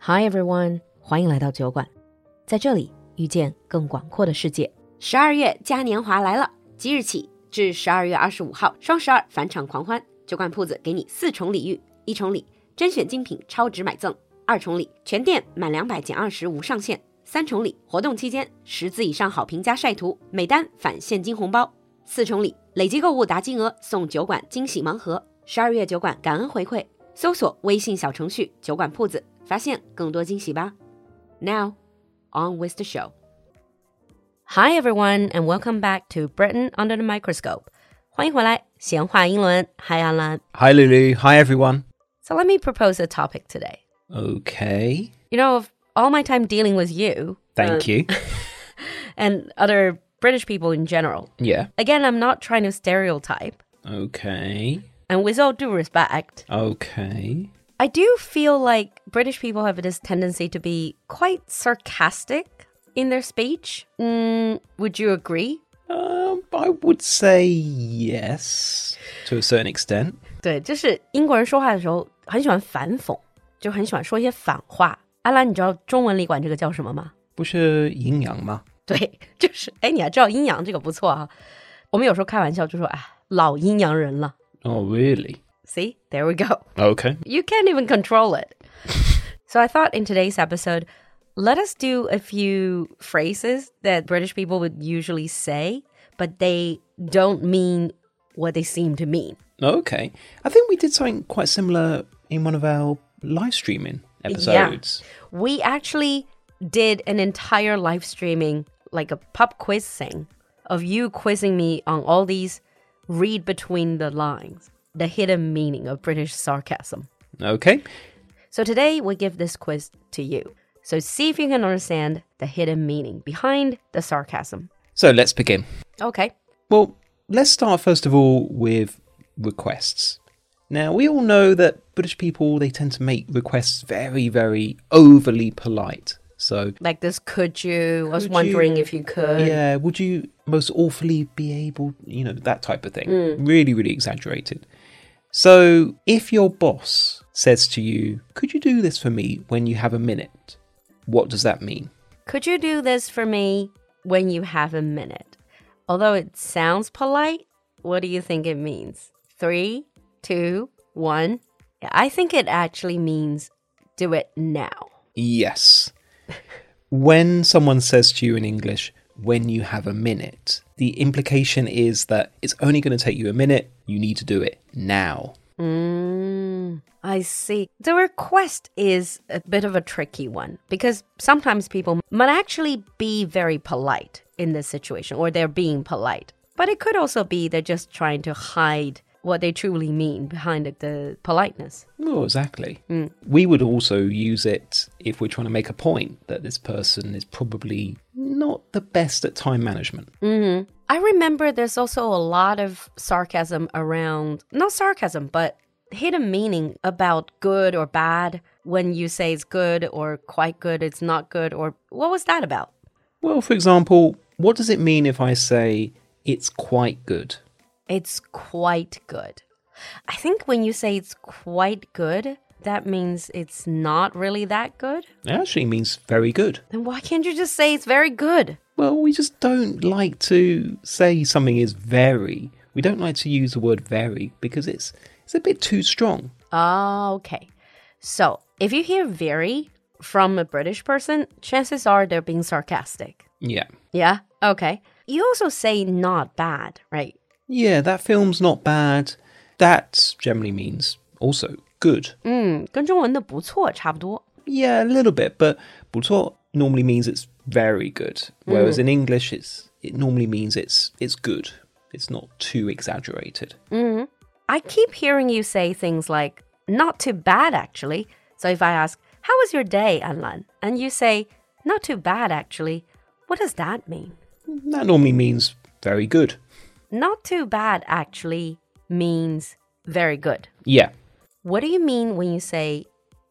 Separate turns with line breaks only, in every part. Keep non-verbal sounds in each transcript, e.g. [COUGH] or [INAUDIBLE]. Hi everyone，欢迎来到酒馆，在这里遇见更广阔的世界。
十二月嘉年华来了，即日起至十二月二十五号，双十二返场狂欢，酒馆铺子给你四重礼遇：一重礼甄选精品超值买赠，二重礼全店满两百减二十无上限，三重礼活动期间十字以上好评加晒图，每单返现金红包，四重礼累计购物达金额送酒馆惊喜盲盒。十二月酒馆感恩回馈，搜索微信小程序“酒馆铺子”，发现更多惊喜吧。Now, on with the show.
Hi everyone and welcome back to Britain under the microscope，欢迎回来，闲话英伦，嗨安澜。
Hi, Lulu. Hi, everyone.
So let me propose a topic today.
Okay. Uh,
You know, of all my time dealing with you
Thank [LAUGHS] you.
and other British people in general,
Yeah.
again, I'm not trying to stereotype,
Okay.
and with all due respect,
Okay.
I do feel like British people have this tendency to be quite sarcastic in their speech. Mm, would you agree?
Um, I would say yes to a certain extent.
对，就是英国人说话的时候很喜欢反讽，就很喜欢说一些反话。阿兰，你知道中文里管这个叫什么吗？ [LAUGHS]
不是营养吗？
对，就是哎，你还知道阴阳这个不错啊。我们有时候开玩笑就说，哎，老阴阳人了。
Oh, really?
See, there we go.
Okay.
You can't even control it. so I thought in today's episode, let us do a few phrases that British people would usually say, but they don't mean what they seem to mean.
Okay. I think we did something quite similar in one of our live streaming episodes.
We actually did an entire live streaming, like a pop quiz thing, of you quizzing me on all these read between the lines, the hidden meaning of British sarcasm.
Okay.
So today we give this quiz to you. So see if you can understand the hidden meaning behind the sarcasm.
So let's begin.
Okay.
Well, let's start first of all with requests. Now, we all know that British people, they tend to make requests very, very overly polite. So,
Like this, could you? I was
Could
wondering
you?
if you could.
yeah, would you most awfully be able, you know, that type of thing. Really, really exaggerated. So, if your boss says to you, could you do this for me when you have a minute? What does that mean?
Could you do this for me when you have a minute? Although it sounds polite, what do you think it means? Three, two, one. Yeah, I think it actually means do it now.
Yes. when someone says to you in English, when you have a minute, the implication is that it's only going to take you a minute. You need to do it now.
Mm, I see. The request is a bit of a tricky one because sometimes people might actually be very polite in this situation or they're being polite. But it could also be they're just trying to hide what they truly mean behind the, the politeness.
Oh, exactly. We would also use it if we're trying to make a point that this person is probably not the best at time management.
I remember there's also a lot of sarcasm around, not sarcasm, but hidden meaning about good or bad when you say it's good or quite good, it's not good, or what was that about?
Well, for example, what does it mean if I say it's quite good?
It's quite good. I think when you say it's quite good, that means it's not really that good.
It actually means very good.
Then why can't you just say it's very good?
Well, we just don't like to say something is very. We don't like to use the word very because it's it's a bit too strong.
Oh, okay. So if you hear very from a British person, chances are they're being sarcastic.
Yeah.
Yeah. Okay. You also say not bad, right?
Yeah, that film's not bad. That generally means also good.
Hmm, 嗯，跟中文的不错差不多。
Yeah, a little bit, but 不错 normally means it's very good. Whereas in English, it's it normally means it's it's good. It's not too exaggerated.
I keep hearing you say things like not too bad actually. So if I ask, how was your day, Anlan? And you say not too bad actually. What does that mean?
That normally means very good.
Not too bad actually means very good.
Yeah,
What do you mean when you say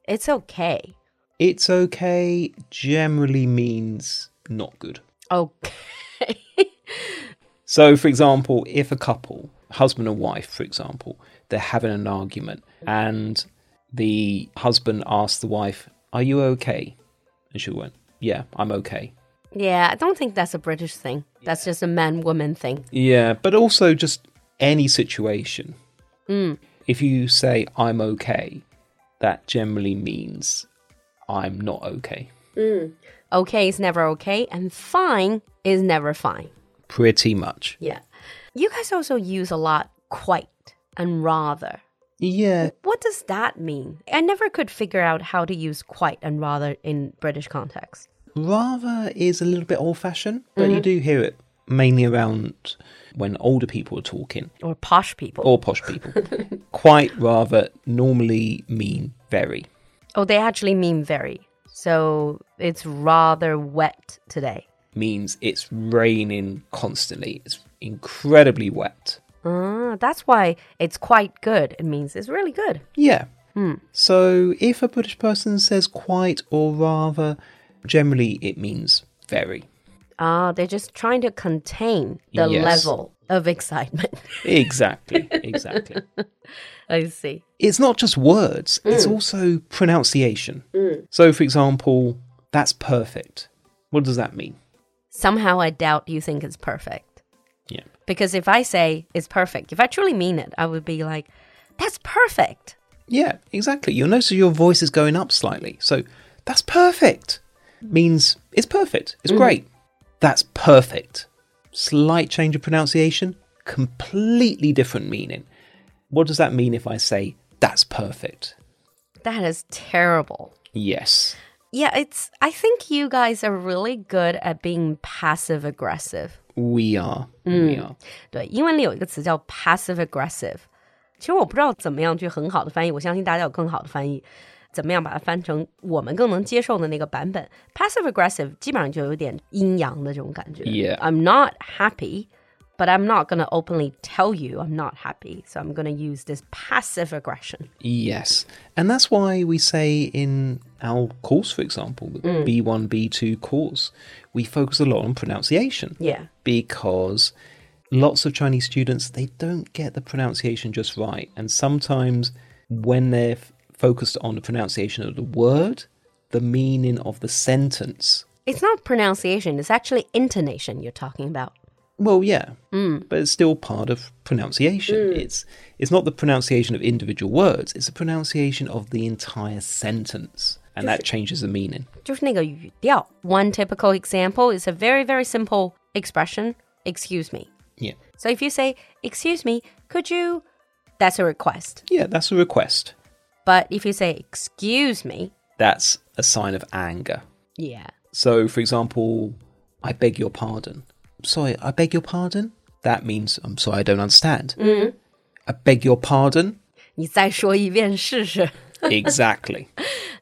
it's okay?
it's okay. Generally means not good.
Okay. [LAUGHS]
So, for example, if a couple, husband and wife, for example, they're having an argument, and the husband asks the wife, Are you okay? And she went, Yeah, I'm okay.
Yeah, I don't think that's a British thing. That's just a man woman thing.
Yeah, but also just any situation. If you say I'm okay, that generally means I'm not okay.
Okay is never okay, and fine is never fine.
Pretty much.
Yeah. You guys also use a lot quite and rather.
Yeah.
What does that mean? I never could figure out how to use quite and rather in British context.
Rather is a little bit old fashioned, but you do hear it mainly around when older people are talking
Or posh people.
or posh people. Quite rather normally mean very.
Oh, they actually mean very. So it's rather wet today.
Means it's raining constantly. It's incredibly wet.
Ah, that's why it's quite good. It means it's really good.
Yeah. So if a British person says quite or rather, generally it means very.
Ah, they're just trying to contain the
Yes.
level of excitement. [LAUGHS]
Exactly, exactly.
I see.
it's not just words, it's also pronunciation. So for example, that's perfect. What does that mean?
Somehow I doubt you think it's perfect.
Yeah.
Because if I say it's perfect, if I truly mean it, I would be like, that's perfect.
Yeah, exactly. You'll notice your voice is going up slightly. So that's perfect means it's perfect. It's great. That's perfect. Slight change of pronunciation, completely different meaning. What does that mean if I say that's perfect?
That is terrible.
Yes.
Yeah, it's I think you guys are really good at being passive aggressive.
We are. We are.
对，英文里有一个词叫 passive aggressive。其实我不知道怎么样去很好的翻译，我相信大家有更好的翻译，怎么样把它翻成我们更能接受的那个版本。passive aggressive 基本上就有点阴阳的这种感觉。
Yeah.
I'm not happy, but I'm not going to openly tell you I'm not happy, so I'm going to use this passive aggression.
Yes. And that's why we say in our course, for example, the B1, B2 course, we focus a lot on pronunciation.
Yeah.
because lots of Chinese students they don't get the pronunciation just right, and sometimes when they're f- focused on the pronunciation of the word, the meaning of the sentence.
It's not pronunciation, it's actually intonation you're talking about.
Well, yeah, but it's still part of pronunciation. It's it's not the pronunciation of individual words; it's the pronunciation of the entire sentence, and that changes the meaning.
就是那个语调。One typical example is a very, very simple expression, excuse me.
Yeah,
So if you say, excuse me, could you, that's a request.
yeah, that's a request.
But if you say, excuse me,
That's a sign of anger.
yeah,
So, for example, I beg your pardon. Sorry, I beg your pardon? That means I'm sorry, I don't understand. I beg your pardon?
你再说一遍试试. [LAUGHS]
exactly.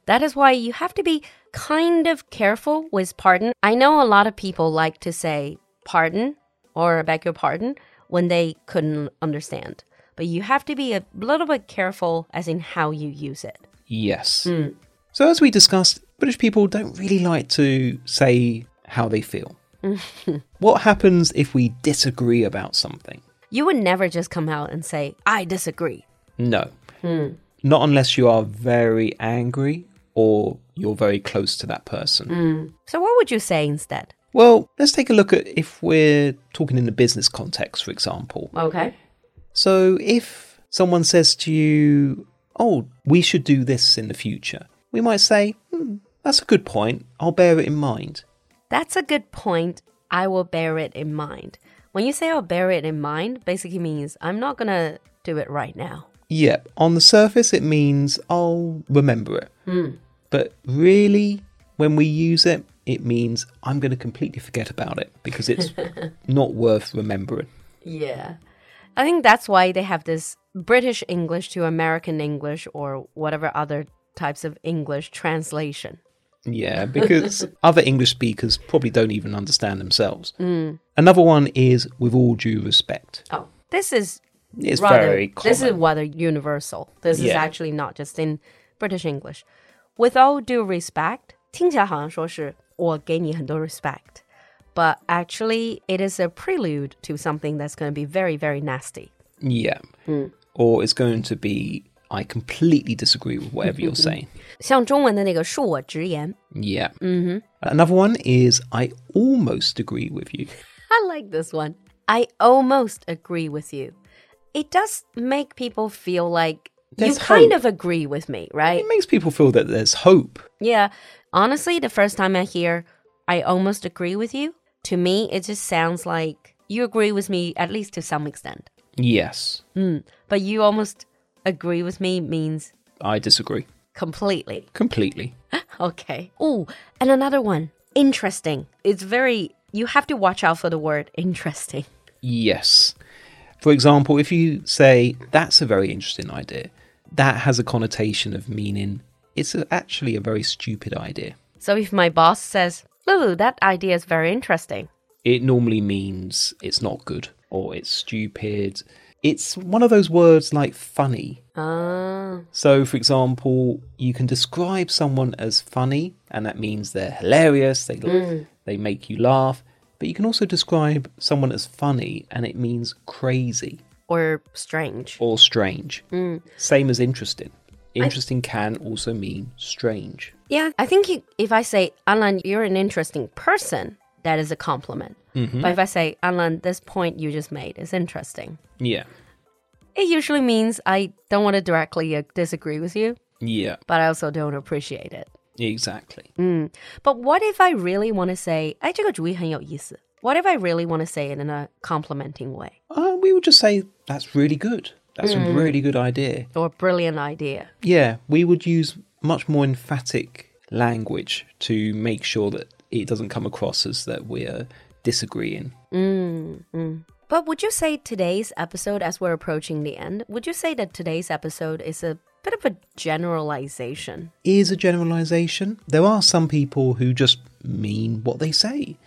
That is why you have to be kind of careful with pardon. I know a lot of people like to say pardon or "I beg your pardon when they couldn't understand. But you have to be a little bit careful as in how you use it.
Yes. So, as we discussed, British people don't really like to say how they feel. what happens if we disagree about something?
You would never just come out and say, I disagree.
No. Not unless you are very angry or you're very close to that person.
So, what would you say instead?
Well, let's take a look at if we're talking in the business context, for example.
Okay.
So if someone says to you, Oh, we should do this in the future, we might say, hmm, That's a good point. I'll bear it in mind.
That's a good point. I will bear it in mind. When you say I'll bear it in mind, basically means I'm not going to do it right now.
Yep, on the surface, it means I'll remember it. But really, when we use it, it means I'm going to completely forget about it because it's not worth remembering.
Yeah. I think that's why they have this British English to American English or whatever other types of English translation. [LAUGHS]
Yeah, because other English speakers probably don't even understand themselves.
Hmm.
Another one is with all due respect.
Oh. This is
It's
rather,
very common.
This is rather universal. This is
Yeah.
actually not just in British English. With all due respect, 听起来好像说是我给你很多 respect, but actually it is a prelude to something that's going to be very, very nasty.
Yeah. Or it's going to be, I completely disagree with
[LAUGHS]
whatever you're saying.
像中文的那个恕我直言
Yeah. Mm-hmm. Another one is I almost agree with you.
I like this one. I almost agree with you. It does make people feel like
There's
you kind
hope.
of agree with me, right?
It makes people feel that there's hope.
Yeah. Honestly, the first time I hear I almost agree with you, to me it just sounds like you agree with me at least to some extent. Hmm,
Yes.
But you almost agree with me means
I disagree
completely. [LAUGHS]
completely.
Okay. Oh, and another one. Interesting. It's very you have to watch out for the word [LAUGHS] interesting.
Yes. For example, if you say, that's a very interesting idea, that has a connotation of meaning, it's a, actually a very stupid idea.
So if my boss says, "Lulu, that idea is very interesting."
It normally means it's not good or it's stupid. It's one of those words like funny.
Ah,
So, for example, you can describe someone as funny, and that means they're hilarious, they, they make you laugh. But you can also describe someone as funny, and it means crazy.
or strange.
or strange. Same as interesting. Interesting can also mean strange.
Yeah, I think you, if I say, Alan, you're an interesting person, that is a compliment. But if I say, Alan, this point you just made is interesting,
Yeah.
it usually means I don't want to directly uh, disagree with you,
Yeah,
but I also don't appreciate it.
exactly.
But what if I really want to say, 哎，这个主意很有意思? What if I really want to say it in a complimenting way
Uh, we would just say, that's really good. That's a really good idea.
or brilliant idea?
Yeah, we would use much more emphatic language to make sure that it doesn't come across as that we're disagreeing.
But would you say today's episode, as we're approaching the end, would you say that today's episode is a bit of a generalization?
Is a generalization. There are some people who just mean what they say.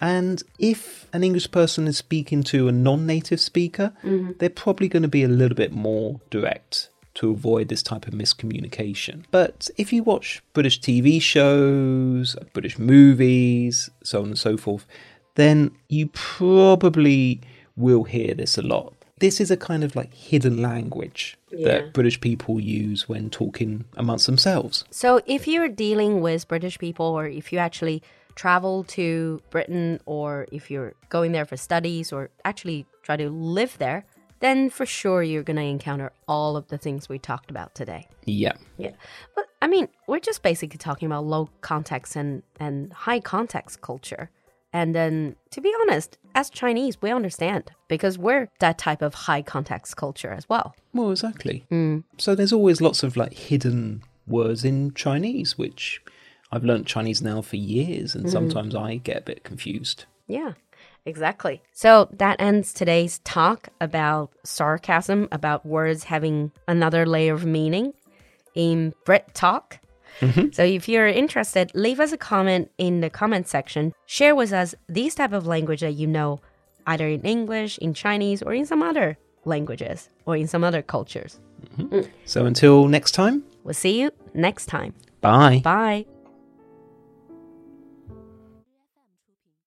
And if an English person is speaking to a non native speaker, they're probably going to be a little bit more direct to avoid this type of miscommunication. But if you watch British TV shows, British movies, so on and so forth, then you probably will hear this a lot. This is a kind of like hidden language that British people use when talking amongst themselves.
So, if you're dealing with British people, or if you actually travel to Britain, or if you're going there for studies, or actually try to live there, then for sure you're going to encounter all of the things we talked about today.
Yeah.
Yeah. But I mean, we're just basically talking about low context and, and high context culture. And then, to be honest, as Chinese, we understand because we're that type of high context culture as well.
Well, exactly. So there's always lots of like hidden words in Chinese, which I've learnt Chinese now for years, and sometimes I get a bit confused.
Yeah, exactly. So that ends today's talk about sarcasm, about words having another layer of meaning in Brit talk. So if you're interested, leave us a comment in the comment section. Share with us these type of language that you know either in English, in Chinese, or in some other languages or in some other cultures.
So until next time,
We'll see you next time.
bye.
Bye.